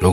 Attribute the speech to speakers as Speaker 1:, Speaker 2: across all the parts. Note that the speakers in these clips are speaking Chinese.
Speaker 1: 如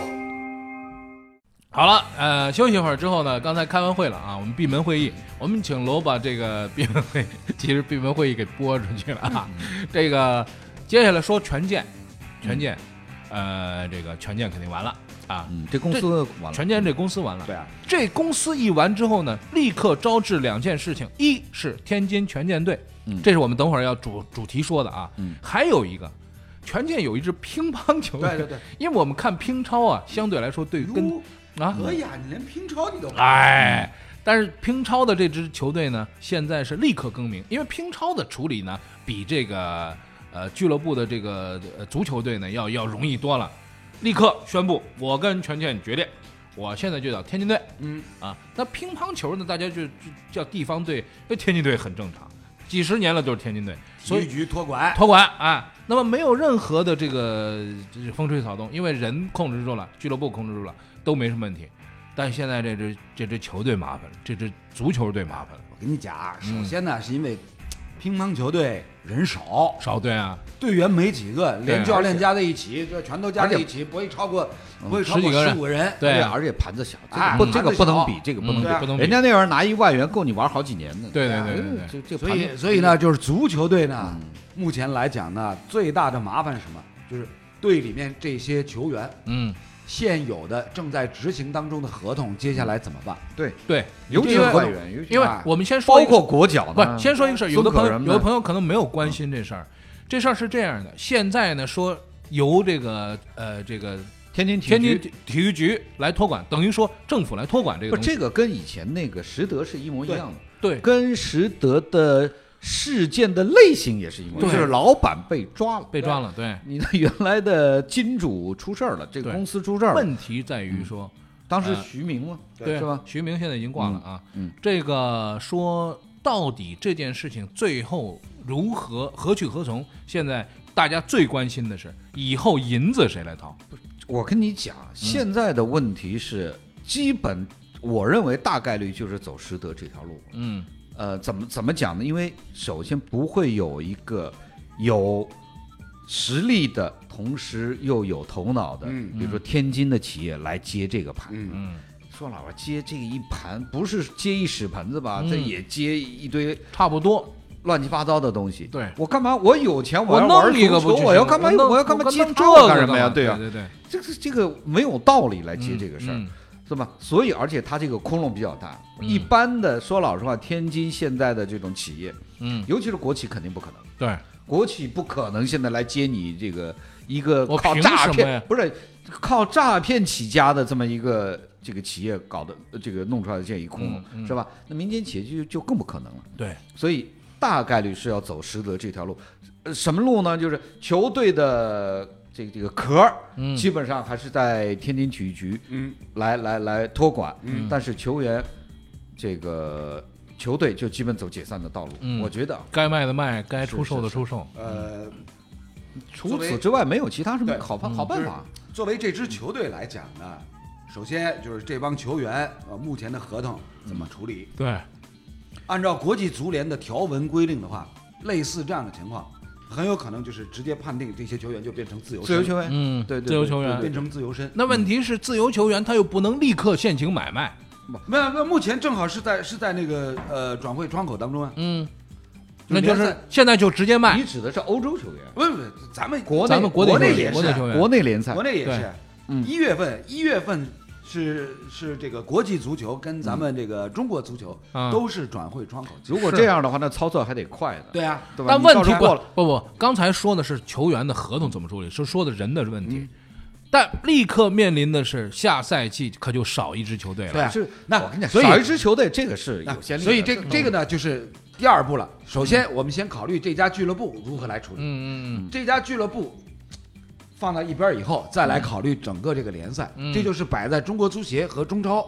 Speaker 2: 好了，呃，休息一会儿之后呢，刚才开完会了啊，我们闭门会议，我们请楼把这个闭门会， 其实闭门会议给播出去了啊。
Speaker 3: 嗯
Speaker 2: 这个接下来说权健，权健，呃，这个权健肯定完了啊，
Speaker 3: 嗯，这公司完了。
Speaker 2: 权健这公司完了。
Speaker 3: 对啊，
Speaker 2: 这公司一完之后呢，立刻招致两件事情：一是天津权健队，这是我们等会儿要主主题说的啊；
Speaker 3: 嗯
Speaker 2: 还有一个，权健有一支乒乓球队，
Speaker 4: 对对对，
Speaker 2: 因为我们看乒超啊，相对来说对跟
Speaker 4: 哟
Speaker 2: 啊，
Speaker 4: 可以啊，你连乒超你都
Speaker 2: 哎，但是乒超的这支球队呢，现在是立刻更名，因为乒超的处理呢，比这个呃俱乐部的这个呃足球队呢要要容易多了。立刻宣布，我跟权健决裂，我现在就叫天津队。
Speaker 4: 嗯
Speaker 2: 啊，那乒乓球呢，大家就就叫地方队，那天津队很正常，几十年了都是天津队，所
Speaker 4: 体
Speaker 2: 以
Speaker 4: 育局托管，
Speaker 2: 托管啊，那么没有任何的这个就是风吹草动，因为人控制住了，俱乐部控制住了，都没什么问题。但现在这支这支球队麻烦了，这支足球队麻烦了，
Speaker 4: 我跟你讲啊，
Speaker 2: 嗯
Speaker 4: 首先呢，是因为乒乓球队人少，
Speaker 2: 少队啊，
Speaker 4: 队员没几个，
Speaker 2: 对
Speaker 4: 连教练加在一起，就全都加在
Speaker 3: 而且
Speaker 4: 一起，不会超过不会超
Speaker 2: 十几
Speaker 4: 过
Speaker 2: 个人
Speaker 4: 嗯十五个人。
Speaker 2: 对啊
Speaker 3: 而且盘子小，这
Speaker 4: 哎
Speaker 3: 个不，这
Speaker 4: 盘
Speaker 3: 个
Speaker 4: 子
Speaker 3: 不能
Speaker 4: 小
Speaker 3: 比，这个不
Speaker 2: 嗯
Speaker 3: 能
Speaker 4: 对
Speaker 3: 比
Speaker 4: 啊。
Speaker 2: 不能比
Speaker 3: 人家那玩意儿拿一万元够你玩好几年的。
Speaker 2: 对对对对对，
Speaker 3: 这这
Speaker 4: 所
Speaker 3: 盘
Speaker 4: 以
Speaker 3: 子，
Speaker 4: 所以呢，就是足球队呢，目前来讲呢，最大的麻烦是什么？就是队里面这些球员
Speaker 2: 嗯，
Speaker 4: 现有的正在执行当中的合同，接下来怎么办？
Speaker 3: 对，
Speaker 2: 对，
Speaker 3: 尤其是
Speaker 4: 因为
Speaker 3: 外援，尤其
Speaker 2: 因为我们先说
Speaker 3: 包
Speaker 2: 一个
Speaker 3: 括国脚
Speaker 2: 不
Speaker 3: 呢，
Speaker 2: 先说一个事儿，有的
Speaker 3: 孙可
Speaker 2: 朋友
Speaker 3: 人
Speaker 2: 有的
Speaker 3: 们
Speaker 2: 朋友可能没有关心这事儿，这事儿是这样的，现在呢说由这个呃这个
Speaker 3: 天津体育
Speaker 2: 天津
Speaker 3: 局
Speaker 2: 体体育局来托管，等于说政府来托管这个
Speaker 3: 不，
Speaker 2: 东西，
Speaker 3: 这个跟以前那个实德是一模一样的，
Speaker 2: 对
Speaker 3: 跟实德的事件的类型也是一模一
Speaker 2: 对
Speaker 3: 样，就是老板被抓了，
Speaker 2: 被抓了，对。
Speaker 3: 你的原来的金主出事儿了，这个
Speaker 2: 对
Speaker 3: 公司出事儿了，
Speaker 2: 问题在于说，
Speaker 3: 当时
Speaker 2: 呃
Speaker 3: 徐明嘛，
Speaker 2: 对
Speaker 3: 是吧？
Speaker 2: 徐明现在已经挂了啊。
Speaker 3: 嗯嗯
Speaker 2: 这个说到底这件事情最后如何何去何从？现在大家最关心的是以后银子谁来掏？
Speaker 3: 我跟你
Speaker 2: 嗯
Speaker 3: 讲，现在的问题是，基本我认为大概率就是走实德这条路。
Speaker 2: 嗯
Speaker 3: 呃，怎么怎么讲呢？因为首先不会有一个有实力的，同时又有头脑的，
Speaker 4: 嗯
Speaker 3: 比如说天津的企业来接这个盘。
Speaker 4: 嗯，
Speaker 2: 嗯，
Speaker 3: 说老实话，接这个一盘不是接一屎盆子吧？
Speaker 2: 嗯
Speaker 3: 这也接一堆
Speaker 2: 差不多。
Speaker 3: 乱七八糟的东西。
Speaker 2: 对
Speaker 3: 我干嘛？我有钱，我要玩
Speaker 2: 嗯弄一
Speaker 3: 足
Speaker 2: 个
Speaker 3: 球，
Speaker 2: 不就行了？
Speaker 3: 我要干嘛？
Speaker 2: 弄
Speaker 3: 我要干嘛
Speaker 2: 我
Speaker 3: 接
Speaker 2: 弄
Speaker 3: 这
Speaker 2: 这个
Speaker 3: 干什么呀？
Speaker 2: 干嘛对
Speaker 3: 啊，
Speaker 2: 对对，
Speaker 3: 这个这个没有道理来接
Speaker 2: 嗯
Speaker 3: 这个事儿。
Speaker 2: 嗯
Speaker 3: 是吧？所以而且它这个窟窿比较大。
Speaker 2: 嗯
Speaker 3: 一般的说老实话，天津现在的这种企业，
Speaker 2: 嗯，
Speaker 3: 尤其是国企，肯定不可能。
Speaker 2: 对，
Speaker 3: 国企不可能现在来接你这个一个
Speaker 2: 我
Speaker 3: 靠
Speaker 2: 凭
Speaker 3: 诈
Speaker 2: 什么呀
Speaker 3: 骗，不是靠诈骗起家的这么一个这个企业搞的呃这个弄出来的这一窟窿
Speaker 2: 嗯，嗯
Speaker 3: 是吧？那民间企业就就更不可能了。
Speaker 2: 对，
Speaker 3: 所以大概率是要走实德这条路。呃什么路呢？就是球队的这这个壳儿，
Speaker 2: 嗯
Speaker 3: 基本上还是在天津体育局，
Speaker 4: 嗯，
Speaker 3: 来来来托管，
Speaker 2: 嗯
Speaker 3: 但是球员这个球队就基本走解散的道路。
Speaker 2: 嗯
Speaker 3: 我觉得啊
Speaker 2: 该卖的卖，该
Speaker 3: 是
Speaker 2: 出售的
Speaker 3: 是
Speaker 2: 出售。
Speaker 4: 呃，
Speaker 3: 除
Speaker 4: 作为
Speaker 3: 此之外没有其他什么
Speaker 4: 对
Speaker 3: 好办
Speaker 2: 嗯
Speaker 3: 好办法。
Speaker 4: 作为这支球队来讲呢，首先就是这帮球员呃目前的合同怎么处理？
Speaker 2: 对，
Speaker 4: 按照国际足联的条文规定的话，类似这样的情况，很有可能就是直接判定这些球员就变成自由
Speaker 3: 自
Speaker 4: 身
Speaker 3: 由球员，
Speaker 2: 嗯，
Speaker 3: 对对对
Speaker 2: 自由球员
Speaker 3: 对
Speaker 4: 变成自由身。
Speaker 2: 那问题是，自由球员他又不能立刻现行买卖。
Speaker 3: 嗯
Speaker 4: 没有，没有，目前正好是在是在那个呃转会窗口当中啊。
Speaker 2: 嗯，
Speaker 4: 就
Speaker 2: 那就
Speaker 4: 联
Speaker 2: 是
Speaker 4: 赛
Speaker 2: 现在就直接卖
Speaker 3: 你。指的是欧洲球员，
Speaker 4: 不是不是，咱们
Speaker 3: 国内
Speaker 2: 咱们
Speaker 3: 国
Speaker 2: 内
Speaker 4: 内
Speaker 2: 球员
Speaker 4: 也
Speaker 2: 国内
Speaker 4: 是
Speaker 2: 球员，
Speaker 3: 国内联赛
Speaker 4: 国，内也
Speaker 2: 对
Speaker 4: 是，啊
Speaker 3: 嗯
Speaker 4: 一月份一月份是是这个国际足球跟咱们这个中国足球
Speaker 2: 嗯
Speaker 4: 都是转会窗口期。
Speaker 3: 如果这样的话，那操作还得快的，
Speaker 4: 对啊，
Speaker 3: 对吧？
Speaker 2: 但
Speaker 3: 你
Speaker 2: 问
Speaker 3: 到
Speaker 2: 题
Speaker 3: 时候
Speaker 2: 不
Speaker 3: 过了，
Speaker 2: 不不，刚才说的是球员的合同怎么处理，是说的人的问
Speaker 4: 嗯
Speaker 2: 题。但立刻面临的是下赛季可就少一支球队了。
Speaker 4: 对啊
Speaker 3: 是
Speaker 4: 那
Speaker 3: 我跟你讲，
Speaker 4: 所以
Speaker 3: 少一支球队这个是
Speaker 4: 那
Speaker 3: 有先例的，
Speaker 4: 所以这个这个呢，就是第二步了。首先，我们先考虑这家俱乐部如何来处理。
Speaker 2: 嗯嗯
Speaker 4: 这家俱乐部放到一边儿以后，再来
Speaker 3: 嗯
Speaker 4: 考虑整个这个联赛，
Speaker 2: 嗯
Speaker 4: 这就是摆在中国足协和中超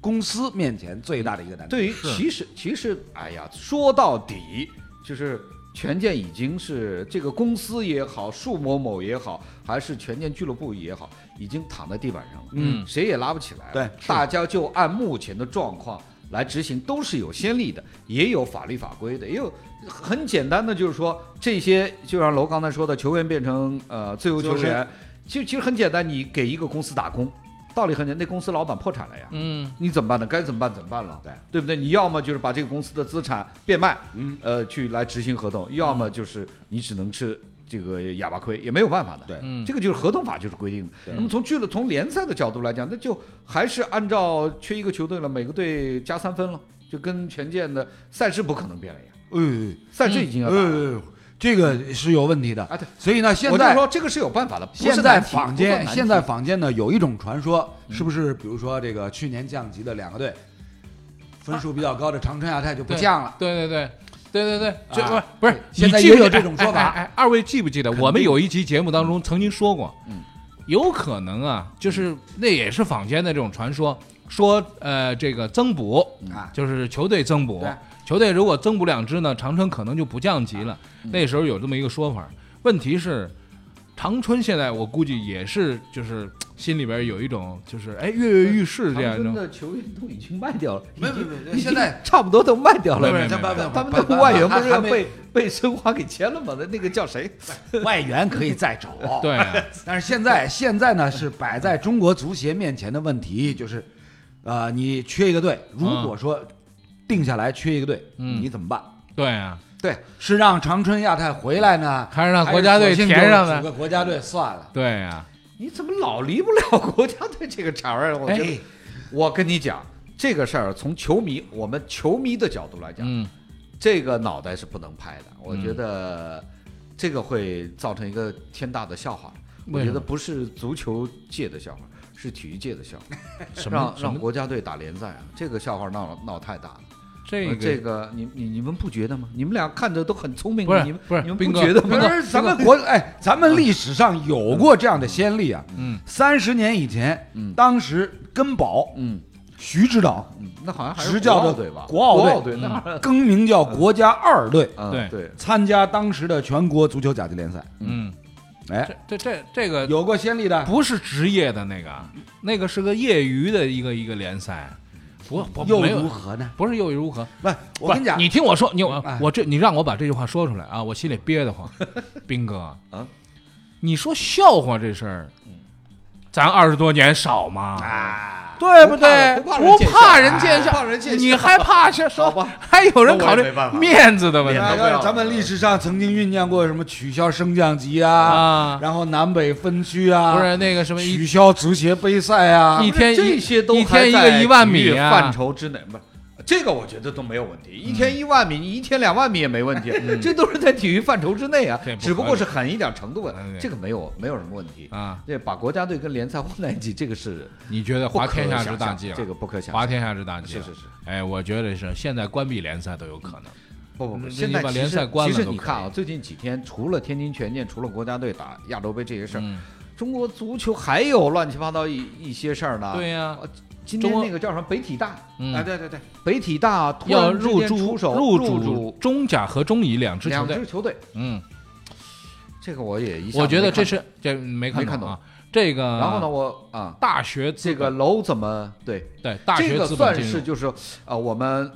Speaker 4: 公司面前最大的一个难题。
Speaker 3: 对于
Speaker 2: 是
Speaker 3: 其实其实，哎呀，说到底就是权健已经是这个公司也好，树某某也好，还是权健俱乐部也好，已经躺在地板上了，
Speaker 2: 嗯
Speaker 3: 谁也拉不起来了。
Speaker 4: 对
Speaker 3: 大家就按目前的状况来执行，都是有先例的，也有法律法规的，也有很简单的，就是说这些就像楼刚才说的，球员变成呃自由球
Speaker 4: 自由
Speaker 3: 员，其实其实很简单，你给一个公司打工，道理很简单，那公司老板破产了呀，
Speaker 2: 嗯，
Speaker 3: 你怎么办呢？该怎么办怎么办了，对对不对？你要么就是把这个公司的资产变卖，
Speaker 4: 嗯，
Speaker 3: 呃，去来执行合同；要么就是你只能吃这个哑巴亏，也没有办法的。
Speaker 4: 对
Speaker 2: 嗯
Speaker 3: 这个就是合同法就是规定的。那么从俱乐从联赛的角度来讲，那就还是按照缺一个球队了，每个队加三分了，就跟权健的赛制不可能变了呀，
Speaker 4: 哎
Speaker 3: 赛制已经要打了。
Speaker 4: 哎，这个是有问题的
Speaker 3: 啊对
Speaker 4: 所以呢，现
Speaker 3: 我就
Speaker 4: 在
Speaker 3: 说这个是有办法的，不
Speaker 4: 现
Speaker 3: 是
Speaker 4: 在
Speaker 3: 难题
Speaker 4: 坊
Speaker 3: 不算
Speaker 4: 间
Speaker 3: 难
Speaker 4: 现在
Speaker 3: 题嗯
Speaker 4: 坊间呢有一种传说，是不是比如说这个去年降级的两个队，分数比较高的长春亚泰就不
Speaker 2: 对
Speaker 4: 降了，
Speaker 2: 对对对。对对对，这不是
Speaker 4: 啊
Speaker 2: 不是，
Speaker 4: 现在
Speaker 2: 你记不
Speaker 4: 也有
Speaker 2: 记得
Speaker 4: 这种说
Speaker 2: 哎
Speaker 4: 法
Speaker 2: 哎哎二位记不记得我们有一期节目当中曾经说过，嗯，有可能啊，
Speaker 4: 嗯
Speaker 2: 就是那也是坊间的这种传说，说呃这个增补
Speaker 4: 啊
Speaker 2: 就是球队增补
Speaker 4: 对，
Speaker 2: 球队如果增补两支呢，长春可能就不降级了。嗯那时候有这么一个说法，问题是长春现在我估计也是就是心里边有一种就是哎跃跃欲试这样一
Speaker 3: 长
Speaker 2: 种，
Speaker 3: 春的球员都已经卖掉了，
Speaker 4: 没有没有没有
Speaker 3: 已经
Speaker 4: 现在
Speaker 3: 差不多都卖掉了。
Speaker 2: 没有没有
Speaker 4: 他们
Speaker 3: 他们的外援不是要被被申花给签了吗？那那个叫谁？
Speaker 4: 外援可以再找，
Speaker 2: 对啊，
Speaker 4: 但是现在现在呢是摆在中国足协面前的问题，就是，呃，你缺一个队，如果说定下来缺一个队，
Speaker 2: 嗯
Speaker 4: 你怎么办？
Speaker 2: 对啊，
Speaker 4: 对，是让长春亚泰回来呢，
Speaker 2: 还是让国家队
Speaker 4: 还是索性
Speaker 2: 填上
Speaker 4: 就
Speaker 2: 呢
Speaker 4: 组个国家队算了。
Speaker 2: 对啊，
Speaker 3: 你怎么老离不了国家队这个茬儿啊？我觉得，
Speaker 4: 哎，
Speaker 3: 我跟你讲，这个事儿从球迷，我们球迷的角度来讲，
Speaker 2: 嗯
Speaker 3: 这个脑袋是不能拍的。我觉得这个会造成一个天大的笑话。我
Speaker 2: 为什
Speaker 3: 觉
Speaker 2: 么
Speaker 3: 得不是足球界的笑话，是体育界的笑话。
Speaker 2: 什么
Speaker 3: 让
Speaker 2: 什
Speaker 3: 让
Speaker 2: 么
Speaker 3: 国家队打联赛啊，这个笑话闹闹太大了。
Speaker 2: 这
Speaker 3: 呃
Speaker 2: 个
Speaker 3: 这个你你你们不觉得吗？你们俩看着都很聪明，
Speaker 2: 不是
Speaker 3: 你们
Speaker 2: 不是
Speaker 3: 你们
Speaker 2: 斌
Speaker 3: 不
Speaker 2: 哥
Speaker 3: 觉得
Speaker 4: 不
Speaker 3: 吗？
Speaker 4: 是咱们国哎，咱们历史上有过这样的先例啊。
Speaker 2: 嗯，
Speaker 4: 三十年以前，当时根宝
Speaker 3: 嗯
Speaker 4: 徐指导
Speaker 3: 嗯，那好像还是
Speaker 4: 执教
Speaker 3: 国
Speaker 4: 的
Speaker 3: 奥队吧？
Speaker 4: 国奥队啊
Speaker 3: 队那
Speaker 2: 嗯
Speaker 3: 好像
Speaker 4: 更名叫国家二队，
Speaker 3: 嗯
Speaker 2: 对
Speaker 3: 对，
Speaker 4: 参加当时的全国足球甲级联赛。
Speaker 2: 嗯，
Speaker 4: 哎，
Speaker 2: 这这这这个
Speaker 4: 有过先例的，
Speaker 2: 不是职业的那个，啊那个是个业余的一个一个联赛，不不
Speaker 4: 又
Speaker 2: 没
Speaker 4: 如
Speaker 2: 有，
Speaker 4: 何呢？
Speaker 2: 不是又如何？
Speaker 4: 不，我跟你讲
Speaker 2: 不，你听我说，你我
Speaker 4: 哎
Speaker 2: 我这你让我把这句话说出来啊，我心里憋得 慌，斌哥
Speaker 3: 啊，嗯
Speaker 2: 你说笑话这事儿，咱二十多年少吗？
Speaker 4: 啊，
Speaker 2: 对不对？
Speaker 3: 不怕
Speaker 2: 不
Speaker 3: 人
Speaker 2: 怕人见
Speaker 3: 不
Speaker 2: 笑，
Speaker 3: 怕人见笑
Speaker 2: 你还怕是说
Speaker 3: 好吧
Speaker 2: 还有人考
Speaker 1: 那
Speaker 2: 虑
Speaker 1: 我也没办法
Speaker 2: 面子的问
Speaker 1: 面
Speaker 2: 题
Speaker 1: 子
Speaker 4: 哎咱们历史上曾经酝酿过什么取消升降级啊，
Speaker 2: 啊？
Speaker 4: 然后南北分区啊，
Speaker 2: 不是那个什么一
Speaker 4: 取消足协杯赛啊
Speaker 2: 一，天一
Speaker 3: 这些都
Speaker 2: 一天
Speaker 3: 还
Speaker 2: 一
Speaker 3: 在
Speaker 2: 个一万
Speaker 3: 体
Speaker 2: 米
Speaker 3: 育
Speaker 2: 啊
Speaker 3: 范畴之内，不是这个我觉得都没有问题，一
Speaker 4: 嗯
Speaker 3: 天一万米，一天两万米也没问题，这都是在体育范畴之内啊
Speaker 2: 对，不
Speaker 3: 只不
Speaker 2: 合
Speaker 3: 过
Speaker 2: 理
Speaker 3: 是狠一点程度问
Speaker 2: 嗯，对
Speaker 3: 这个没有没有什么问题。
Speaker 2: 啊，
Speaker 3: 这把国家队跟联赛混在一起，这个是
Speaker 2: 你觉得
Speaker 3: 不
Speaker 2: 滑
Speaker 3: 可
Speaker 2: 天下之
Speaker 3: 想
Speaker 2: 大
Speaker 3: 象
Speaker 2: 忌了？
Speaker 3: 这个不可想
Speaker 2: 滑
Speaker 3: 象。
Speaker 2: 天下之大忌了。
Speaker 3: 是是是，
Speaker 2: 哎，我觉得是现在关闭联赛都有可能。
Speaker 3: 不不
Speaker 2: 嗯
Speaker 3: 不，
Speaker 2: 你
Speaker 3: 现在
Speaker 2: 把
Speaker 3: 其
Speaker 2: 联
Speaker 3: 实
Speaker 2: 赛关
Speaker 3: 其
Speaker 2: 了
Speaker 3: 实
Speaker 2: 都
Speaker 3: 你
Speaker 2: 可
Speaker 3: 看
Speaker 2: 以
Speaker 3: 啊，最近几天除了天津权健，除了国家队打亚洲杯这些事儿，
Speaker 2: 嗯
Speaker 3: 中国足球还有乱七八糟一一些事儿呢。
Speaker 2: 对呀
Speaker 3: 呃今
Speaker 2: 中
Speaker 3: 天
Speaker 2: 国
Speaker 3: 那个叫什么北体大，
Speaker 2: 嗯
Speaker 4: 啊，对对对，
Speaker 3: 北体大突
Speaker 2: 要
Speaker 3: 然之
Speaker 2: 入
Speaker 3: 间
Speaker 2: 驻
Speaker 3: 出手
Speaker 2: 入驻
Speaker 3: 驻
Speaker 2: 中甲和中乙两支球
Speaker 3: 两
Speaker 2: 队
Speaker 3: 支。球队，
Speaker 2: 嗯，
Speaker 3: 这个我也一下
Speaker 2: 我觉
Speaker 3: 没
Speaker 2: 得
Speaker 3: 看
Speaker 2: 这是这没
Speaker 3: 没看
Speaker 2: 懂啊
Speaker 3: 懂。
Speaker 2: 这个
Speaker 3: 懂。然后呢，，我啊，
Speaker 2: 大学资
Speaker 3: 这个
Speaker 2: 本
Speaker 3: 楼怎么对？
Speaker 2: 对大
Speaker 3: 这
Speaker 2: 学
Speaker 3: 个
Speaker 2: 资
Speaker 3: 算
Speaker 2: 本进
Speaker 3: 是
Speaker 2: 入，
Speaker 3: 就是说啊，我们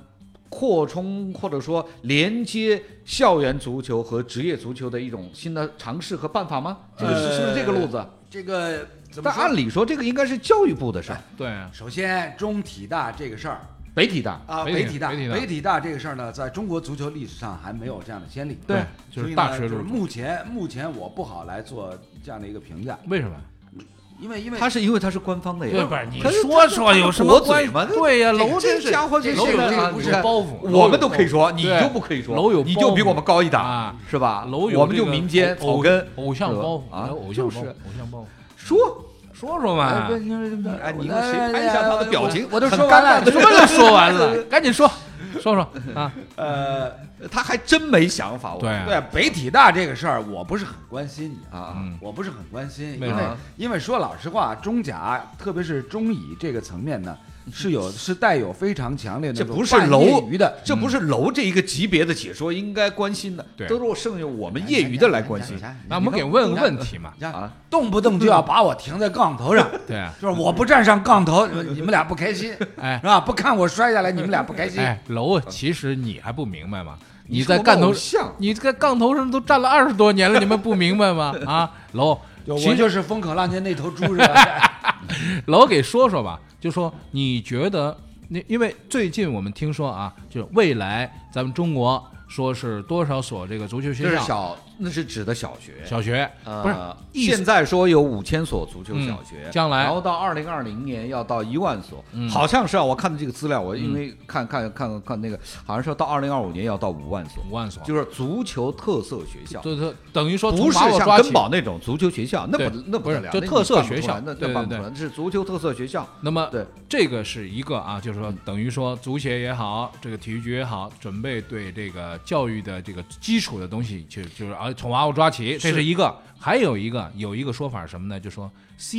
Speaker 3: 扩充或者说连接校园足球和职业足球的一种新的尝试和办法吗？这个是是不是这
Speaker 2: 呃
Speaker 3: 个路子？
Speaker 4: 这个怎么
Speaker 3: 但按
Speaker 4: 说？
Speaker 3: 理说，这个应该是教育部的事儿，
Speaker 2: 对啊，
Speaker 4: 首先，中体大这个事儿
Speaker 3: 北体大。
Speaker 4: 啊，
Speaker 2: 北体
Speaker 4: 北体大，
Speaker 2: 北体大
Speaker 4: 北体大这个事儿呢，在中国足球历史上还没有这样的先例。
Speaker 2: 对就是
Speaker 4: 所以呢
Speaker 2: 大学入
Speaker 4: 就是
Speaker 2: 驻
Speaker 4: 目前目前我不好来做这样的一个评价，
Speaker 2: 为什么？
Speaker 4: 因为因为
Speaker 3: 他是因为他是官方的呀，
Speaker 2: 对吧你
Speaker 3: 他是
Speaker 2: 说说有什么
Speaker 3: 他是国嘴
Speaker 2: 关
Speaker 3: 嘛？
Speaker 2: 对呀
Speaker 3: 这
Speaker 2: 楼
Speaker 3: 这
Speaker 2: 真是
Speaker 3: 家伙这
Speaker 2: 楼
Speaker 3: 现
Speaker 2: 有
Speaker 3: 在
Speaker 2: 这个
Speaker 3: 啊
Speaker 2: 不
Speaker 3: 你
Speaker 2: 是
Speaker 3: 看
Speaker 2: 包袱
Speaker 3: 我们都可以说，你
Speaker 2: 对
Speaker 3: 就不可以说，
Speaker 2: 楼有
Speaker 3: 你
Speaker 2: 包
Speaker 3: 就比
Speaker 2: 袱
Speaker 3: 我们高一
Speaker 2: 啊
Speaker 3: 档，是吧？
Speaker 2: 楼有
Speaker 3: 我们
Speaker 2: 这
Speaker 3: 就
Speaker 2: 个
Speaker 3: 民间
Speaker 2: 偶
Speaker 3: 草根
Speaker 2: 偶像
Speaker 3: 是吧
Speaker 2: 包袱
Speaker 3: 啊
Speaker 2: 有偶，像
Speaker 3: 就
Speaker 2: 包袱
Speaker 3: 是
Speaker 2: 偶像包袱，
Speaker 3: 说。
Speaker 2: 说说
Speaker 3: 哎，
Speaker 2: 嘛
Speaker 3: 不。是哎，你
Speaker 4: 哎
Speaker 3: 看谁看一下他的表情？
Speaker 4: 我都
Speaker 3: 很
Speaker 4: 说完
Speaker 3: 尴
Speaker 4: 了
Speaker 3: 尬的
Speaker 2: 什么都说完了，赶紧说，说说啊。
Speaker 4: 呃，
Speaker 3: 他还真没想法。我
Speaker 2: 对啊
Speaker 4: 对北体大这个事儿，我不是很关心你啊，
Speaker 3: 啊，
Speaker 4: 我不是很关心，
Speaker 2: 为
Speaker 4: 因
Speaker 3: 什
Speaker 4: 为
Speaker 3: 么
Speaker 4: 因为说老实话，中甲特别是中乙这个层面呢，是有是带有非常强烈的
Speaker 3: 这
Speaker 4: 种
Speaker 3: 不是
Speaker 4: 半业
Speaker 3: 楼
Speaker 4: 余的，
Speaker 3: 这不是楼这一个级别的解说应该关心的，
Speaker 2: 对
Speaker 3: 都是我剩下我们业余的来关心。
Speaker 2: 那我们给问个问题嘛，
Speaker 4: 你看
Speaker 3: 啊，
Speaker 4: 动不动就要把我停在杠头上，
Speaker 2: 对啊，
Speaker 4: 就是我不站上杠头，你们俩不开心，
Speaker 2: 哎
Speaker 4: 是吧？不看我摔下来，你们俩不开心。
Speaker 2: 哎，楼啊，其实你还不明白吗？
Speaker 3: 嗯你
Speaker 2: 你
Speaker 3: 说
Speaker 2: 在
Speaker 3: 我
Speaker 2: 干头
Speaker 3: 偶像，
Speaker 2: 你在杠头上都站了二十多年了，你们不明白 吗？啊，楼，
Speaker 4: 就
Speaker 2: 其
Speaker 4: 我
Speaker 2: 实
Speaker 4: 就是风口浪尖那头猪是 吧？
Speaker 2: 楼给说说吧，就说你觉得那，因为最近我们听说啊，就是未来咱们中国说是多少所这个足球
Speaker 3: 这
Speaker 2: 学
Speaker 3: 是
Speaker 2: 校
Speaker 3: 小，那是指的小学，
Speaker 2: 小学，不是
Speaker 3: 呃，
Speaker 2: 意思
Speaker 3: 现在说有五千所足球小学，
Speaker 2: 嗯将来
Speaker 3: 然后到二零二零年要到一万所，
Speaker 2: 嗯
Speaker 3: 好像是啊，我看的这个资料，我因为看、看看看那个，好像说到二零二五年要到五万所，
Speaker 2: 五万所，
Speaker 3: 就是足球特色学校。
Speaker 2: 就是等于说从
Speaker 3: 不是
Speaker 2: 马我
Speaker 3: 像
Speaker 2: 抓
Speaker 3: 根
Speaker 2: 起，
Speaker 3: 宝那种足球学校，那不
Speaker 2: 对
Speaker 3: 那不得
Speaker 2: 不
Speaker 3: 了，
Speaker 2: 是就
Speaker 3: 那你
Speaker 2: 特色
Speaker 3: 办不
Speaker 2: 学
Speaker 3: 出
Speaker 2: 校
Speaker 3: 来那
Speaker 2: 对
Speaker 3: 那办不
Speaker 2: 对
Speaker 3: 出来，那是足球特色学校。
Speaker 2: 那么
Speaker 3: 对，
Speaker 2: 这个是一个啊，就是说等于说足协也好，这个体育局也好，准备对这个教育的这个基础的东西，就就是啊从娃娃抓起，这是一个。还有一个有一个说法是什么呢？就说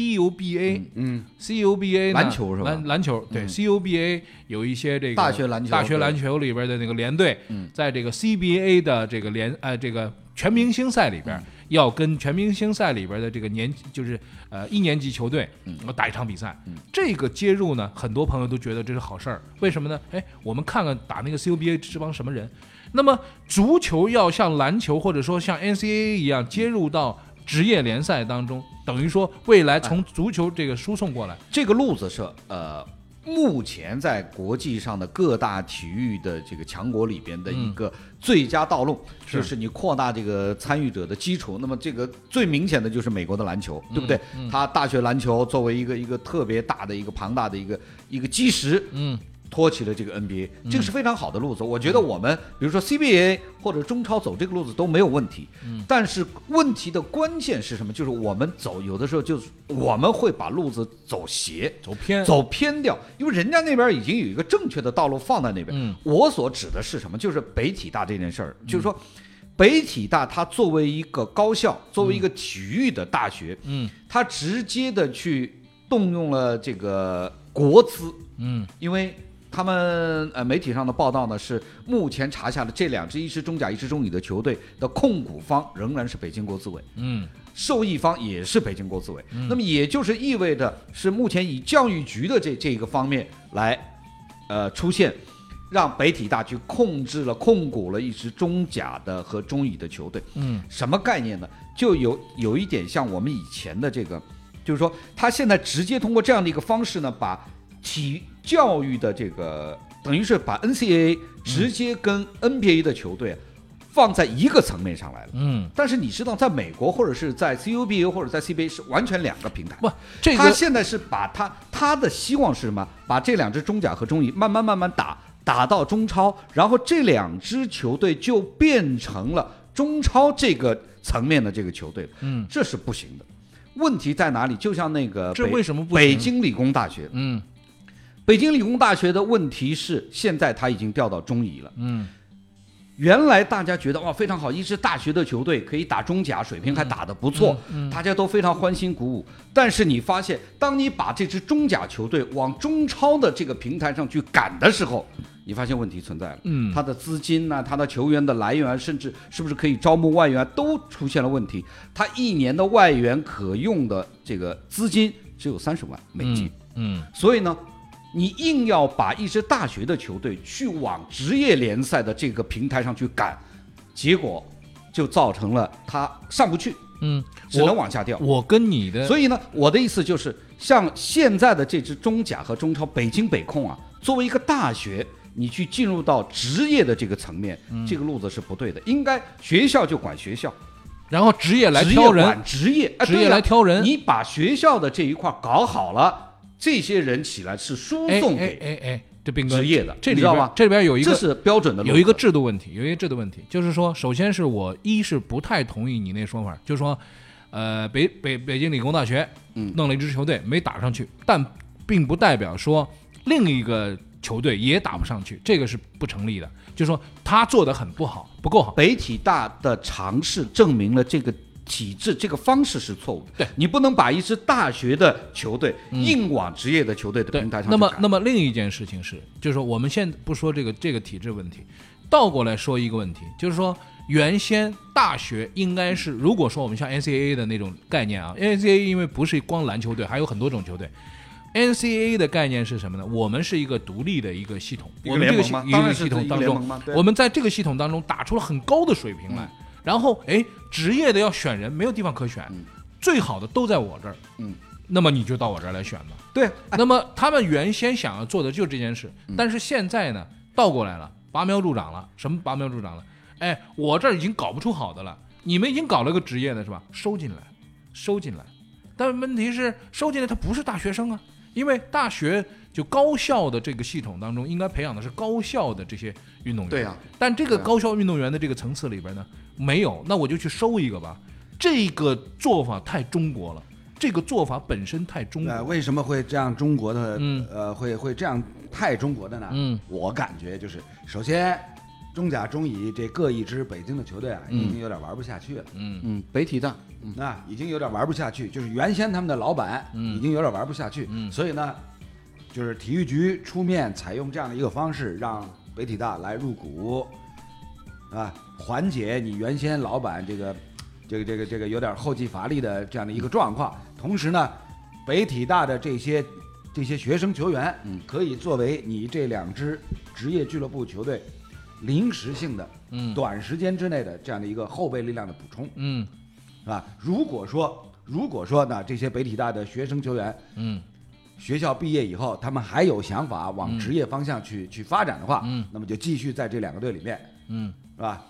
Speaker 2: CUBA，嗯，CUBA 呢
Speaker 3: 篮球是吧
Speaker 2: 篮篮球嗯对、CUBA 有一些这个
Speaker 3: 大学篮球
Speaker 2: 大学
Speaker 3: 对嗯
Speaker 2: 篮球里边的那个联队，在这个 CBA 的这个联呃这个全明星赛里边。
Speaker 3: 嗯
Speaker 2: 要跟全明星赛里边的这个年就是呃一年级球队，
Speaker 3: 嗯
Speaker 2: 我打一场比赛，这个接入呢，很多朋友都觉得这是好事儿，为什么呢？哎，我们看看打那个 CUBA 这帮什么人。那么足球要像篮球或者说像 NCAA 一样接入到职业联赛当中，等于说未来从足球这个输送过来，
Speaker 3: 这个路子是呃，目前在国际上的各大体育的这个强国里边的一个最佳道路，
Speaker 2: 嗯是
Speaker 3: 就是你扩大这个参与者的基础。那么这个最明显的就是美国的篮球，
Speaker 2: 嗯
Speaker 3: 对不对？它大学篮球作为一个一个特别大的一个庞大的一个一个基石，
Speaker 2: 嗯，
Speaker 3: 托起了这个 NBA，这个是非常好的路子。我觉得我们
Speaker 2: 嗯
Speaker 3: 比如说 CBA 或者中超走这个路子都没有问题。嗯，但是问题的关键是什么？就是我们走有的时候就是我们会把路子走斜。
Speaker 2: 走偏，
Speaker 3: 走偏掉，因为人家那边已经有一个正确的道路放在那边。
Speaker 2: 嗯
Speaker 3: 我所指的是什么？就是北体大这件事儿，就是说，
Speaker 2: 嗯
Speaker 3: 北体大它作为一个高校，作为一个体育的大学，
Speaker 2: 嗯
Speaker 3: 它直接的去动用了这个国资，
Speaker 2: 嗯
Speaker 3: 因为他们呃媒体上的报道呢是目前查下的这两支一支中甲一支中乙的球队的控股方仍然是北京国资委，
Speaker 2: 嗯
Speaker 3: 受益方也是北京国资委，那么也就是意味着是目前以教育局的这这个方面来，呃出现。让北体大去控制了、控股了一支中甲的和中乙的球队，
Speaker 2: 嗯
Speaker 3: 什么概念呢？就有有一点像我们以前的这个，就是说他现在直接通过这样的一个方式呢，把体教育的这个等于是把 NCAA 直接跟 NBA 的球队放在一个层面上来了。
Speaker 2: 嗯，
Speaker 3: 但是你知道，在美国或者是在 CUBA 或者在 CBA 是完全两个平台。
Speaker 2: 不，这
Speaker 3: 他
Speaker 2: 个
Speaker 3: 现在是把他他的希望是什么？把这两支中甲和中乙慢慢慢慢打打到中超，然后这两支球队就变成了中超这个层面的这个球队了。
Speaker 2: 嗯，
Speaker 3: 这是不行的。问题在哪里？就像那个
Speaker 2: 这
Speaker 3: 北
Speaker 2: 为什么不行
Speaker 3: 北京理工大学，
Speaker 2: 嗯
Speaker 3: 北京理工大学的问题是现在他已经调到中乙了。
Speaker 2: 嗯
Speaker 3: 原来大家觉得哇非常好，一支大学的球队可以打中甲，水平还打得不错，
Speaker 2: 嗯
Speaker 3: 大家都非常欢欣鼓舞。但是你发现，当你把这支中甲球队往中超的这个平台上去赶的时候，你发现问题存在了。
Speaker 2: 嗯
Speaker 3: 他的资金呐、他的球员的来源，甚至是不是可以招募外援，都出现了问题。他一年的外援可用的这个资金只有三十万美金。
Speaker 2: 嗯嗯
Speaker 3: 所以呢，你硬要把一支大学的球队去往职业联赛的这个平台上去赶，结果就造成了他上不去，
Speaker 2: 嗯，
Speaker 3: 只能往下掉。
Speaker 2: 我跟你的，
Speaker 3: 所
Speaker 2: 以
Speaker 3: 以呢，我的意思就是，像现在的这支中甲和中超，北京北控啊，作为一个大学，你去进入到职业的这个层面，
Speaker 2: 嗯
Speaker 3: 这个路子是不对的。应该学校就管学校，
Speaker 2: 然后职业来
Speaker 3: 职业
Speaker 2: 挑人
Speaker 3: 管，职业，哎
Speaker 2: 职业
Speaker 3: 对呀
Speaker 2: 来挑人
Speaker 3: 你把学校的这一块搞好了，这些人起来是输
Speaker 2: 哎
Speaker 3: 送
Speaker 2: 哎
Speaker 3: 给
Speaker 2: 哎哎，这兵哥
Speaker 3: 职业的，
Speaker 2: 这
Speaker 3: 你
Speaker 2: 里
Speaker 3: 知道
Speaker 2: 边
Speaker 3: 吗？
Speaker 2: 这里边有一个
Speaker 3: 这是标准的路子
Speaker 2: 有一个制度问题，有一个制度问题，就是说，首先是我一是不太同意你那说法，就是说，呃，北北北京理工大学，
Speaker 3: 嗯
Speaker 2: 弄了一支球队没打上去，但并不代表说另一个球队也打不上去，这个是不成立的。就是说他做的很不好，不够好，
Speaker 3: 北体大的尝试证明了这个体制这个方式是错误的。
Speaker 2: 对，嗯
Speaker 3: 你不能把一支大学的球队硬往职业的球队的
Speaker 2: 对
Speaker 3: 平台，上去
Speaker 2: 那么
Speaker 3: 赶
Speaker 2: 那么另一件事情是，就是说我们现在不说这个这个体制问题，倒过来说一个问题，就是说原先大学应该是，如果说我们像 NCAA 的那种概念啊，NCAA 因为不是光篮球队，还有很多种球队。NCAA 的概念是什么呢？我们是一个独立的一个系统，
Speaker 3: 一个
Speaker 2: 我们这个
Speaker 3: 联
Speaker 2: 系
Speaker 3: 盟吗
Speaker 2: 一
Speaker 3: 当
Speaker 2: 个
Speaker 3: 然是
Speaker 2: 系统
Speaker 3: 一个
Speaker 2: 当
Speaker 3: 联盟
Speaker 2: 中
Speaker 3: 吗，对嗯
Speaker 2: 我们在这个系统当中打出了很高的水平来。然后，哎，职业的要选人，没有地方可选，最好的都在我这儿。
Speaker 3: 嗯，
Speaker 2: 那么你就到我这儿来选吧。
Speaker 3: 对，
Speaker 2: 那么他们原先想要做的就是这件事，
Speaker 3: 嗯
Speaker 2: 但是现在呢，倒过来了，拔苗助长了。什么拔苗助长了？哎，我这儿已经搞不出好的了，你们已经搞了个职业的是吧？收进来，收进来。但问题是，收进来他不是大学生啊，因为大学就高校的这个系统当中，应该培养的是高校的这些运动员。
Speaker 3: 对啊
Speaker 2: 但这个
Speaker 3: 对啊
Speaker 2: 高校运动员的这个层次里边呢，没有，那我就去收一个吧。这个做法太中国了，这个做法本身太中国
Speaker 4: 呃，
Speaker 2: 了。
Speaker 4: 为什么会这样？中国的、
Speaker 2: 嗯
Speaker 4: 呃，会会这样太中国的呢？
Speaker 2: 嗯，
Speaker 4: 我感觉就是，首先，中甲、中乙这各一支北京的球队啊，已经有点玩不下去了。
Speaker 2: 嗯
Speaker 3: 嗯，北体大，嗯，
Speaker 4: 那已经有点玩不下去，就是原先他们的老板已经有点玩不下去，所以呢，就是体育局出面采用这样的一个方式，让北体大来入股，啊，缓解你原先老板这个这个这个这个有点后继乏力的这样的一个状况，同时呢，北体大的这些这些学生球员，可以作为你这两支职业俱乐部球队临时性的、
Speaker 2: 嗯
Speaker 4: 短时间之内的这样的一个后备力量的补充。
Speaker 2: 嗯
Speaker 4: 是吧？如果说如果说呢，这些北体大的学生球员
Speaker 2: 嗯
Speaker 4: 学校毕业以后，他们还有想法往职业方向去、去发展的话，
Speaker 2: 嗯
Speaker 4: 那么就继续在这两个队里面，
Speaker 2: 嗯，
Speaker 4: 是吧？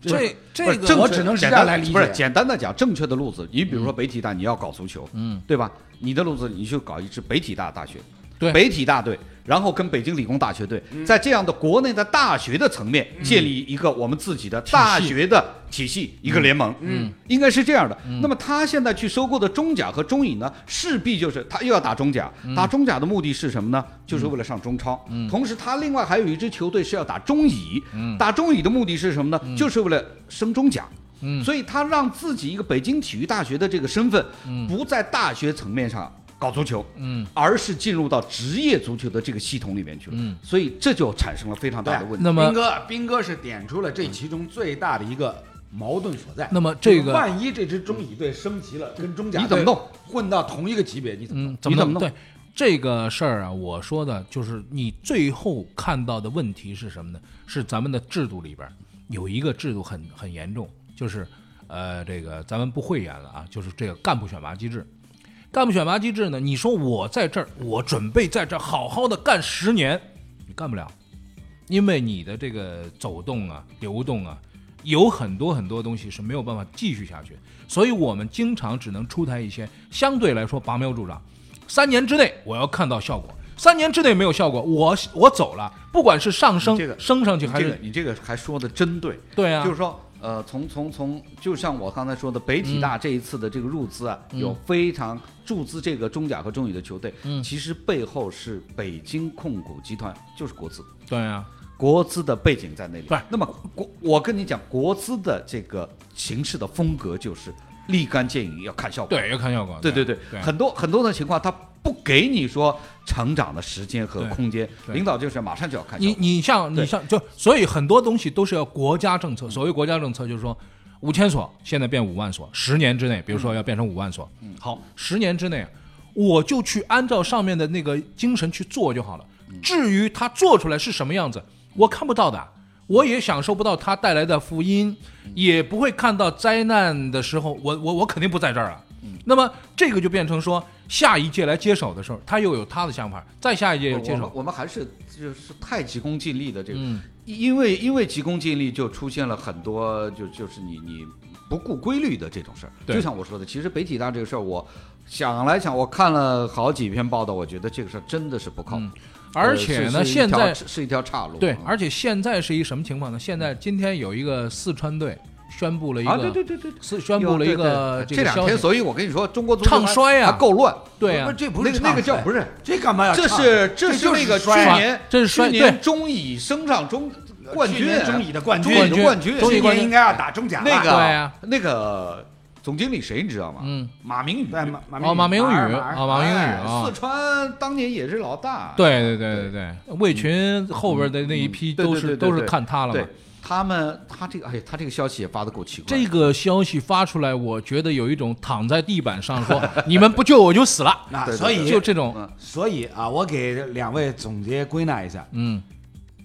Speaker 2: 这这
Speaker 3: 不
Speaker 2: 个
Speaker 3: 是正
Speaker 4: 我
Speaker 3: 确
Speaker 4: 只能是
Speaker 3: 简
Speaker 4: 这样
Speaker 3: 单
Speaker 4: 来理解
Speaker 3: 不是简单的讲，正确的路子，你比如说北体大，你要搞足球，
Speaker 2: 嗯，
Speaker 3: 对吧？你的路子你就搞一支北体大大学，
Speaker 2: 对
Speaker 3: 北体大队，然后跟北京理工大学队，在这样的国内的大学的层面建立一个我们自己的大学的体系，一个联盟，嗯，应该是这样的。那么他现在去收购的中甲和中乙呢，势必就是他又要打中甲，打中甲的目的是什么呢？就是为了上中超。同时，他另外还有一支球队是要打中乙，打中乙的目的是什么呢？就是为了升中甲。
Speaker 2: 嗯
Speaker 3: 所以他让自己一个北京体育大学的这个身份，不在大学层面上搞足球，
Speaker 2: 嗯，
Speaker 3: 而是进入到职业足球的这个系统里面去了，
Speaker 2: 嗯，啊
Speaker 3: 所以这就产生了非常大的
Speaker 4: 对
Speaker 3: 问题。
Speaker 2: 那么
Speaker 4: 斌哥，斌哥是点出了这其中最大的一个矛盾所在。
Speaker 2: 那么这个嗯
Speaker 4: 就是万一这支中乙队升级了，跟中甲
Speaker 3: 你怎么
Speaker 4: 队
Speaker 3: 弄
Speaker 4: 混到同一个级别，你怎么弄？
Speaker 2: 嗯，怎么
Speaker 3: 你怎么弄
Speaker 2: 对这个事儿啊，我说的就是你最后看到的问题是什么呢？是咱们的制度里边儿有一个制度很很严重，就是呃，这个咱们不讳言了啊，就是这个干部选拔机制。干部选拔机制呢，你说我在这儿，我准备在这儿好好的干十年，你干不了，因为你的这个走动啊、流动啊，有很多很多东西是没有办法继续下去，所以我们经常只能出台一些相对来说拔苗助长。三年之内我要看到效果，三年之内没有效果，我我走了，不管是上升、
Speaker 3: 你嗯这个
Speaker 2: 升上去
Speaker 3: 你
Speaker 2: 还
Speaker 3: 这
Speaker 2: 是、
Speaker 3: 个你这个还说的真对，
Speaker 2: 对啊，
Speaker 3: 就是说，呃，从从从，就像我刚才说的，北体大这一次的这个入资啊，有非常注资这个中甲和中乙的球队，
Speaker 2: 嗯
Speaker 3: 其实背后是北京控股集团，就是国资。
Speaker 2: 对啊，
Speaker 3: 国资的背景在那里。
Speaker 2: 不是
Speaker 3: 那么国我跟你讲，国资的这个行事的风格就是立竿见影，要看效果。
Speaker 2: 对要看效果，
Speaker 3: 对
Speaker 2: 对
Speaker 3: 对很多很多的情况，他不给你说成长的时间和
Speaker 2: 对
Speaker 3: 空间，
Speaker 2: 对
Speaker 3: 领导就是马上就要看效
Speaker 2: 你
Speaker 3: 果。
Speaker 2: 你像
Speaker 3: 对
Speaker 2: 你像就所以很多东西都是要国家政策。所谓国家政策，就是说五千所现在变五万所，十年之内，比如
Speaker 3: 嗯
Speaker 2: 说要变成五万所，好，十年之内啊我就去按照上面的那个精神去做就好了。
Speaker 3: 嗯
Speaker 2: 至于它做出来是什么样子，我看不到的。我也享受不到它带来的福音，
Speaker 3: 嗯
Speaker 2: 也不会看到灾难的时候，我我我肯定不在这儿啊。
Speaker 3: 嗯
Speaker 2: 那么这个就变成说，下一届来接手的时候，他又有他的想法，再下一届
Speaker 3: 我
Speaker 2: 又
Speaker 3: 我
Speaker 2: 接
Speaker 3: 们
Speaker 2: 手，
Speaker 3: 我们还是就是太急功近利的这个，
Speaker 2: 嗯
Speaker 3: 因为因为急功近利就出现了很多就就是你你不顾规律的这种事儿。
Speaker 2: 对
Speaker 3: 就像我说的，其实北体大这个事儿，我想来想，我看了好几篇报道，我觉得这个事儿真的是不靠谱。
Speaker 2: 嗯而且呢，
Speaker 3: 呃是是一
Speaker 2: 现
Speaker 3: 条
Speaker 2: 在
Speaker 3: 是一条岔路。
Speaker 2: 对
Speaker 3: 嗯，
Speaker 2: 而且现在是一什么情况呢？现在今天有一个四川队宣布了一个，
Speaker 3: 啊，对对对对，
Speaker 2: 是宣布了一个
Speaker 3: 有对对
Speaker 2: 个
Speaker 3: 两
Speaker 2: 消
Speaker 3: 天，
Speaker 2: 息，
Speaker 3: 所以我跟你说，中国足球
Speaker 2: 唱衰啊
Speaker 3: 还够乱。
Speaker 2: 对啊
Speaker 4: 不是，这不是
Speaker 3: 那个那个叫
Speaker 4: 唱衰
Speaker 3: 不是，
Speaker 4: 这干嘛要唱？
Speaker 3: 这是
Speaker 4: 这
Speaker 3: 是那个去
Speaker 4: 衰
Speaker 3: 年
Speaker 2: 这是衰
Speaker 3: 去
Speaker 2: 对
Speaker 3: 年中乙升上中冠
Speaker 4: 呃去
Speaker 3: 军啊
Speaker 4: 年中乙的冠
Speaker 3: 中
Speaker 4: 军
Speaker 3: 乙的
Speaker 2: 冠
Speaker 3: 冠军
Speaker 2: 中。
Speaker 4: 今
Speaker 2: 乙冠军
Speaker 4: 年应该要打中甲了
Speaker 3: 那个
Speaker 2: 对啊
Speaker 3: 那个总经理谁你知道吗？
Speaker 2: 嗯，
Speaker 3: 马明宇。
Speaker 4: 对马马
Speaker 2: 哦马明宇
Speaker 4: 马尔马
Speaker 2: 啊
Speaker 4: 尔
Speaker 2: 马明宇
Speaker 3: 哎
Speaker 2: 啊
Speaker 3: 四川当年也是老大。
Speaker 2: 对对对对对，魏群后边的那一批
Speaker 3: 嗯对
Speaker 2: 都
Speaker 3: 对
Speaker 2: 是
Speaker 3: 对对
Speaker 2: 都是
Speaker 3: 对
Speaker 2: 看他了嘛
Speaker 3: 对。，他们他这个哎，他这个消息也发的够奇怪。
Speaker 2: 这个消息发出来，我觉得有一种躺在地板上说你们不救我就死了，
Speaker 4: 那
Speaker 3: 对对
Speaker 4: 所以
Speaker 2: 就这种，
Speaker 3: 嗯
Speaker 4: 所以啊，我给两位总结归纳一下，
Speaker 2: 嗯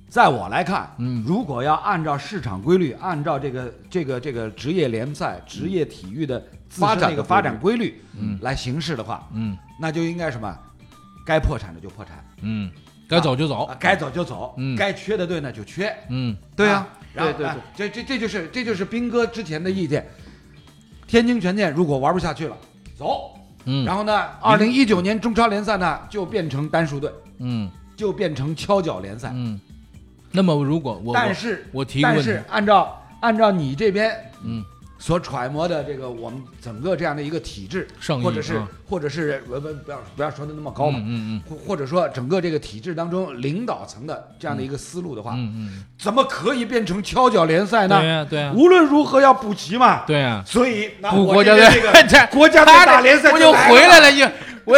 Speaker 4: 在我来看，
Speaker 2: 嗯
Speaker 4: 如果要按照市场规律，按照这个这个这个职业联
Speaker 2: 嗯
Speaker 4: 赛、职业体育的自身
Speaker 3: 发展的规
Speaker 4: 这个
Speaker 3: 律
Speaker 4: 发展规律，嗯，来行事的话，
Speaker 2: 嗯
Speaker 4: 那就应该什么，该破产的就破产，
Speaker 2: 嗯，该走就走
Speaker 4: 啊，，该走就走，
Speaker 2: 嗯
Speaker 4: 该缺的队呢就缺，
Speaker 2: 嗯
Speaker 3: 对啊，
Speaker 4: 然后
Speaker 3: 对对
Speaker 4: 哎这这这就是这就是斌哥之前的意见，天津权健如果玩不下去了，走，
Speaker 2: 嗯
Speaker 4: 然后呢，二零一九年中超联赛呢就变成单数队，
Speaker 2: 嗯
Speaker 4: 就变成敲脚联赛，
Speaker 2: 嗯。那么如果我
Speaker 4: 但是
Speaker 2: 我提个
Speaker 4: 但
Speaker 2: 问题
Speaker 4: 是，按照按照你这边
Speaker 2: 嗯
Speaker 4: 所揣摩的这个我们整个这样的一个体制，
Speaker 2: 上亿
Speaker 4: 或者是
Speaker 2: 啊
Speaker 4: 或者是呃不不要不要说的那么高嘛，
Speaker 2: 嗯嗯
Speaker 4: 或或者说整个这个体制当中领导层的这样的一个思路的话，
Speaker 2: 嗯嗯
Speaker 4: 怎么可以变成敲脚联赛
Speaker 2: 嗯，
Speaker 4: 呢？
Speaker 2: 对呀对呀
Speaker 4: 无论如何要补齐嘛。
Speaker 2: 对呀，
Speaker 4: 所以那
Speaker 2: 不
Speaker 4: 啊我
Speaker 2: 国家
Speaker 4: 这
Speaker 2: 队
Speaker 4: 边这
Speaker 2: 这
Speaker 4: 个国家队
Speaker 2: 他
Speaker 4: 大
Speaker 2: 这
Speaker 4: 联赛
Speaker 2: 我就
Speaker 4: 来
Speaker 2: 回
Speaker 4: 了
Speaker 2: 来了，就我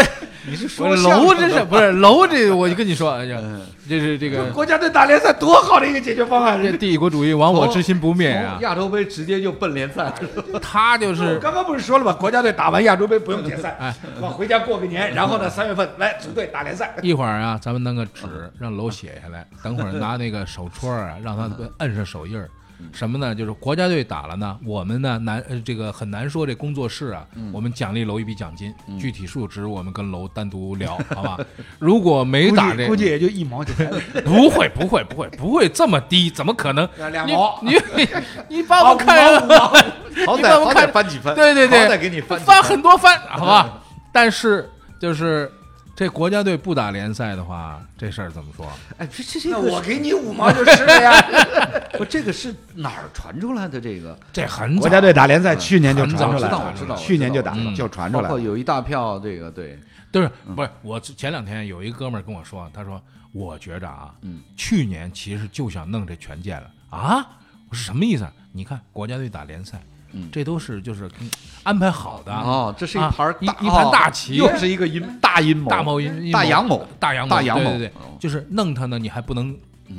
Speaker 3: 你是说
Speaker 2: 我
Speaker 3: 相声
Speaker 2: 楼
Speaker 3: 的
Speaker 2: 这是
Speaker 3: 吗
Speaker 2: 不是楼这？我就跟你说，哎呀，这是这
Speaker 4: 这
Speaker 2: 个
Speaker 4: 国家队大联赛多好的一个解决方案！
Speaker 2: 这帝国主义亡我之心不灭啊呀
Speaker 3: 从！亚洲杯直接就奔联赛了。
Speaker 2: 他就
Speaker 4: 我
Speaker 2: 是
Speaker 4: 刚刚不是说了吗？国家队打完亚洲杯不用解散
Speaker 2: 哎，
Speaker 4: 我回家过个年，然后呢，三月份来组队打联赛。
Speaker 2: 一会儿啊，咱们弄个
Speaker 3: 嗯
Speaker 2: 纸让楼写下来，等会儿拿那个手戳儿啊， 让他摁上手印儿。
Speaker 3: 嗯
Speaker 2: 什么呢？就是国家队打了呢，我们呢难呃这个很难说这工作室啊，
Speaker 3: 嗯
Speaker 2: 我们奖励楼一笔奖金，具体数值我们跟楼单独聊， 好吧？如果没
Speaker 4: 估
Speaker 2: 打
Speaker 4: 计
Speaker 2: 这，
Speaker 4: 估计也就一毛钱，
Speaker 2: 不会不会不会不会这么低，怎么可 能？
Speaker 4: 两
Speaker 2: 你
Speaker 4: 毛。
Speaker 2: 你你把我看了，
Speaker 3: 好
Speaker 2: 你帮
Speaker 3: 歹
Speaker 2: 我
Speaker 3: 好
Speaker 2: 看
Speaker 3: 歹翻几番，
Speaker 2: 对对对
Speaker 3: 好歹给你翻几
Speaker 2: 翻
Speaker 3: 番。
Speaker 2: 很多 番，好吧？但是就是这国家队不打联赛的话，这事儿怎么说？
Speaker 3: 哎，这这这
Speaker 4: 那
Speaker 3: 个
Speaker 4: 我给你 五毛就是了呀。
Speaker 3: 是不这个是哪儿传出来的？这个
Speaker 2: 这很早
Speaker 4: 国家队打联赛去年就
Speaker 2: 很
Speaker 4: 传
Speaker 2: 早
Speaker 4: 出
Speaker 3: 我
Speaker 4: 来
Speaker 3: 知道，我
Speaker 4: 了，
Speaker 3: 知道，
Speaker 4: 去年就打
Speaker 3: 我知道
Speaker 2: 嗯
Speaker 4: 就传出来
Speaker 3: 包括
Speaker 4: 了。
Speaker 3: 有一大票这个对，
Speaker 2: 就是不是我前两天有一哥们儿跟我说，他说我觉着啊，
Speaker 3: 嗯，
Speaker 2: 去年其实就想弄这权健了啊。我说什么意思啊？你看国家队打联赛，
Speaker 3: 嗯
Speaker 2: 这都是就是嗯安排好的
Speaker 3: 哦，这是一
Speaker 2: 啊
Speaker 3: 盘
Speaker 2: 一
Speaker 3: 大
Speaker 2: 一盘
Speaker 3: 哦
Speaker 2: 大棋
Speaker 3: 又是一 个阴大阴谋，
Speaker 2: 大谋阴
Speaker 3: 大阳谋，
Speaker 2: 大阳
Speaker 3: 大阳嗯
Speaker 2: 谋，
Speaker 3: 谋
Speaker 2: 对对对，就是弄他呢，你还不能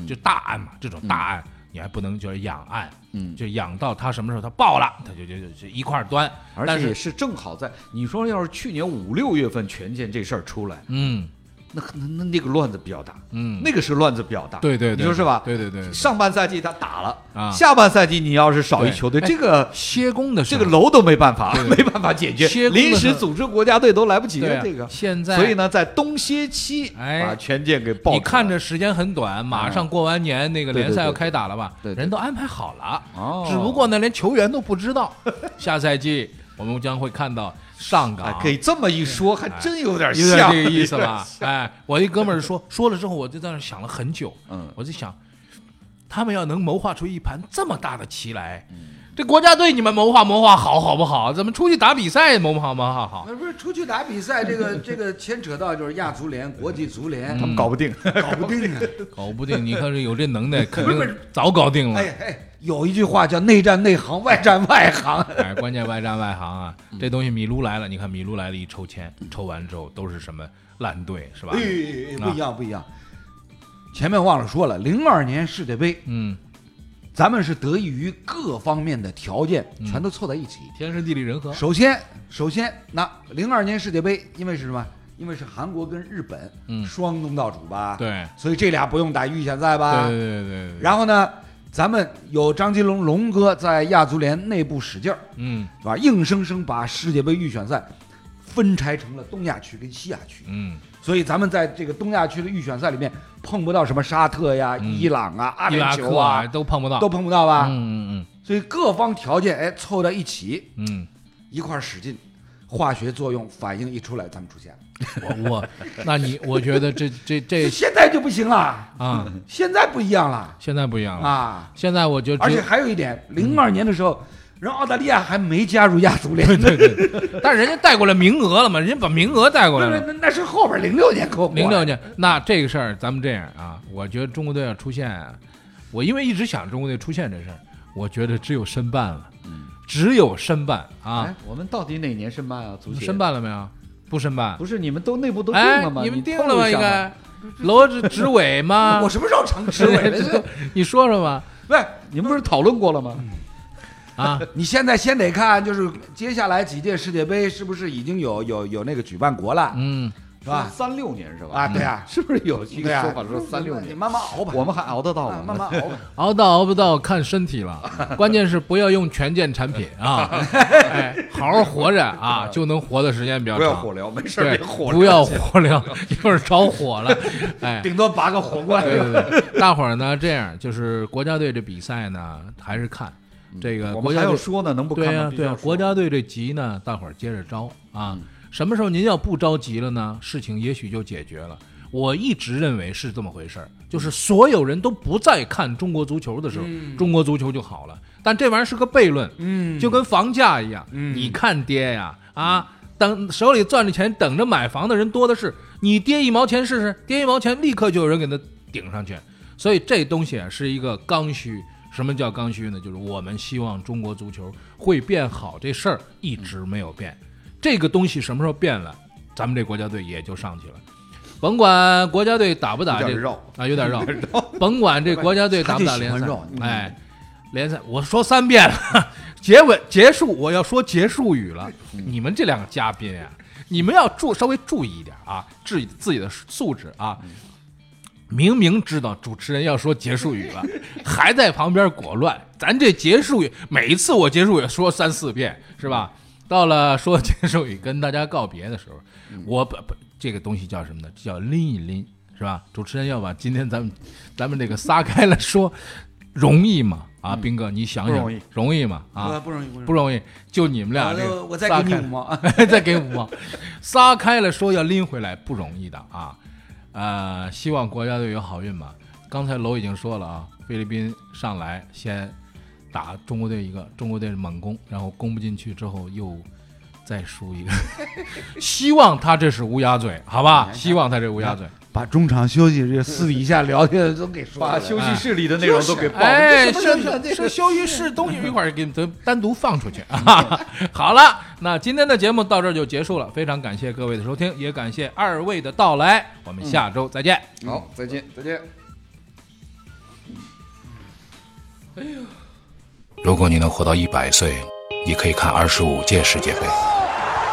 Speaker 2: 就大案嘛，这种大案你还不能就是养案，
Speaker 3: 嗯
Speaker 2: 就养到他什么时候他爆了，他就就就就一块儿端，
Speaker 3: 而
Speaker 2: 但
Speaker 3: 且也
Speaker 2: 是
Speaker 3: 是正好在你说要是去年五六月份权健这事儿出来，
Speaker 2: 嗯
Speaker 3: 那那那那个乱子比较大，
Speaker 2: 嗯，
Speaker 3: 那个是乱子比较大，
Speaker 2: 对对对，
Speaker 3: 你说是吧？
Speaker 2: 对对对，对
Speaker 3: 上半赛季他打了，
Speaker 2: 啊
Speaker 3: 下半赛季你要是少一球队，
Speaker 2: 对
Speaker 3: 这个
Speaker 2: 歇工的时
Speaker 3: 这
Speaker 2: 候
Speaker 3: 个楼都没办法，
Speaker 2: 对对
Speaker 3: 没
Speaker 2: 对
Speaker 3: 办法解决
Speaker 2: 歇，工的
Speaker 3: 临
Speaker 2: 时
Speaker 3: 时
Speaker 2: 候
Speaker 3: 组织国家队都来不及
Speaker 2: 对
Speaker 3: 了，
Speaker 2: 啊
Speaker 3: 这个。
Speaker 2: 现在
Speaker 3: 所以呢，在冬歇期
Speaker 2: 哎
Speaker 3: 把权健给爆出来，嗯
Speaker 2: 你看着时间很短，马上过完年那个联赛要开打了吧？
Speaker 3: 对对对
Speaker 2: 人都安排好了，
Speaker 3: 哦
Speaker 2: 只不过呢，连球员都不知道。 下赛季我们将会看到上
Speaker 3: 哎
Speaker 2: 港，，
Speaker 3: 给这么一说，还真有点
Speaker 2: 有点
Speaker 3: 像
Speaker 2: 这个意思吧？哎，我一哥们儿说说了之后，我就在那儿想了很久，
Speaker 3: 嗯
Speaker 2: 我就想，他们要能谋划出一盘这么大的棋来，这国家队你们谋划谋划好好不好？怎么出去打比赛谋划谋划好？
Speaker 4: 不是出去打比赛，这个 这个牵扯到就是亚足联、国际足联，
Speaker 3: 他们 搞不
Speaker 2: 嗯
Speaker 3: 定。
Speaker 4: 搞不定啊。
Speaker 2: 搞不定，你看是有这能 耐，肯定早搞定了。
Speaker 4: 哎哎，有一句话叫内战内行，外战外行。
Speaker 2: 哎，关键外战外行啊，这东西米卢来了，你看米卢来了一抽签，抽完之后都是什么烂队是吧？
Speaker 4: 哎，不一样不一样。前面忘了说了，零二年世界杯，
Speaker 2: 嗯，
Speaker 4: 咱们是得益于各方面的条件
Speaker 3: 嗯
Speaker 4: 全都凑在一起。
Speaker 2: 天时地利人和，
Speaker 4: 首先，首先，那零二年世界杯，因为是什么？因为是韩国跟日本，
Speaker 2: 嗯
Speaker 4: 双东道主吧，，
Speaker 2: 对，
Speaker 4: 所以这俩不用打预选赛吧。
Speaker 2: 对对对对对，
Speaker 4: 然后呢，咱们有张金龙龙哥在亚足联内部使劲儿，
Speaker 2: 嗯
Speaker 4: 是吧？硬生生把世界杯预选赛分拆成了东亚区跟西亚区，
Speaker 2: 嗯，
Speaker 4: 所以咱们在这个东亚区的预选赛里面碰不到什么沙特呀、
Speaker 2: 嗯
Speaker 4: 伊朗啊、阿
Speaker 2: 伊
Speaker 4: 联
Speaker 2: 拉
Speaker 4: 酋
Speaker 2: 克
Speaker 4: 啊，
Speaker 2: 都碰不到，
Speaker 4: 都碰不到吧？
Speaker 2: 嗯嗯
Speaker 4: 所以各方条件哎凑到一起，
Speaker 2: 嗯
Speaker 4: 一块儿使劲，化学作用反应一出来，咱们出现了。
Speaker 2: 嗯， 我我，那你我觉得这这
Speaker 4: 就
Speaker 2: 这
Speaker 4: 现在就不行了，
Speaker 2: 啊，
Speaker 4: 现在不一样了
Speaker 2: 现在不一样了，
Speaker 4: 啊！
Speaker 2: 现在嗯我就
Speaker 4: 而
Speaker 2: 只
Speaker 4: 且还有一点，零二年的时候，人澳大利亚还没加入亚足联呢，
Speaker 2: 对对对，但是人家带过来名额了嘛，人家把名额带过来
Speaker 4: 对
Speaker 2: 了
Speaker 4: 对，。那那是后边零六年给我过来
Speaker 2: 零六年，那这个事儿咱们这样啊，我觉得中国队啊要出现，我因为一直想中国队出现这事儿，我觉得只有申办了。只有申办啊
Speaker 3: 哎，，我们到底哪年申办啊？足协
Speaker 2: 申办了没有？不申办？
Speaker 3: 不是你们都内部都定
Speaker 2: 哎
Speaker 3: 了吗？，
Speaker 2: 你们定了
Speaker 3: 透露
Speaker 2: 吗？
Speaker 3: 一下
Speaker 2: 应该楼指执委吗？
Speaker 4: 啊我什么时候成执 委了？
Speaker 2: 你说说吧
Speaker 3: 喂，你们不是讨论过了吗？
Speaker 4: 嗯
Speaker 2: 啊，
Speaker 4: 你现在先得看，就是接下来几届世界杯是不是已经有有有那个举办国了，
Speaker 2: 嗯，
Speaker 4: 是吧？
Speaker 3: 三六年是吧？
Speaker 2: 哎
Speaker 4: 啊，对啊，
Speaker 3: 是不是有一
Speaker 4: 对
Speaker 3: 个
Speaker 4: 啊，
Speaker 3: 说法说三六
Speaker 4: 你
Speaker 3: 年？
Speaker 4: 慢慢熬吧，
Speaker 3: 我们还熬得到
Speaker 4: 啊
Speaker 3: 吗？
Speaker 4: 慢慢熬吧。
Speaker 2: 熬到熬不到看身体了，关键是不要用权健产品啊，哎，好好活着啊，就能活的时间比较
Speaker 4: 不要
Speaker 2: 长。
Speaker 4: 火燎，没事儿
Speaker 2: 对
Speaker 4: 别，火燎，
Speaker 2: 不要火燎，一会儿着火了，哎，
Speaker 4: 顶多拔个火罐。
Speaker 2: 对对对，大伙儿呢这样，就是国家队这比赛呢还是看这个
Speaker 3: 嗯我
Speaker 2: 国
Speaker 3: 们
Speaker 2: 家
Speaker 3: 还要
Speaker 2: 队
Speaker 3: 说呢，能不看
Speaker 2: 对
Speaker 3: 吗？
Speaker 2: 呀、
Speaker 3: 必须
Speaker 2: 对呀、
Speaker 3: 要
Speaker 2: 国
Speaker 3: 说
Speaker 2: 家队这急呢，大伙儿接着招啊。
Speaker 3: 嗯
Speaker 2: 什么时候您要不着急了呢？事情也许就解决了。我一直认为是这么回事儿，就是
Speaker 3: 嗯
Speaker 2: 所有人都不再看中国足球的时候，中国足球就好了。但这玩意儿是个悖论，嗯，就跟房价一样，你看跌呀啊，等手里攥着钱等着买房的人多的是，你跌一毛钱试试，跌一毛钱立刻就有人给他顶上去。所以这东西啊是一个刚需。什么叫刚需呢？就是我们希望中国足球会变好，这事儿一直没有变。这个东西什么时候变了，咱们这国家队也就上去了。甭管国家队打不打
Speaker 3: 有
Speaker 2: 这
Speaker 3: 点绕
Speaker 2: 啊，有点绕。甭管这国家队打不打联赛，哎，联赛我说三遍了，结尾结束我要说结束语了。
Speaker 3: 嗯
Speaker 2: 你们这两个嘉宾呀、你们要注稍微注意一点啊，自己自己的素质啊。
Speaker 3: 嗯
Speaker 2: 明明知道主持人要说结束语了， 还在旁边裹乱。咱这结束语，每一次我结束语说三四遍，是吧？
Speaker 3: 嗯
Speaker 2: 到了说结束语跟大家告别的时候，
Speaker 3: 嗯
Speaker 2: 我把把这个东西叫什么呢？叫拎一拎，是吧？主持人要把今天咱们咱们这个撒开了说，容易吗？啊，斌哥，你想想，
Speaker 3: 嗯不容易，
Speaker 2: 容易吗？啊，
Speaker 4: 不容易，不
Speaker 2: 不
Speaker 4: 易。
Speaker 2: 容易，就你们俩
Speaker 4: 好
Speaker 2: 这
Speaker 4: 的
Speaker 2: 个，
Speaker 4: 我再给你
Speaker 2: 撒开
Speaker 4: 五毛啊。
Speaker 2: 再给五毛，撒开了说要拎回来不容易的啊。呃，希望国家队有好运吧。刚才楼已经说了啊，菲律宾上来先打中国队一个，中国队猛攻，然后攻不进去之后又再输一个。 希望他这是乌鸦嘴，好吧？希望他这乌鸦嘴。
Speaker 4: 把中场休息这私底下聊天都给说
Speaker 3: 把
Speaker 4: 了。
Speaker 3: 休息室里的内容都给报了。
Speaker 2: 哎，
Speaker 3: 这什么
Speaker 2: 是
Speaker 3: 人啊这
Speaker 2: 是休息室东西一会儿给你们单独放出去啊。 好了，那今天的节目到这儿就结束了，非常感谢各位的收听，也感谢二位的到来，我们下周再见。
Speaker 3: 好，再见，再见。
Speaker 1: 如果你能活到一百岁，你可以看二十五届世界杯。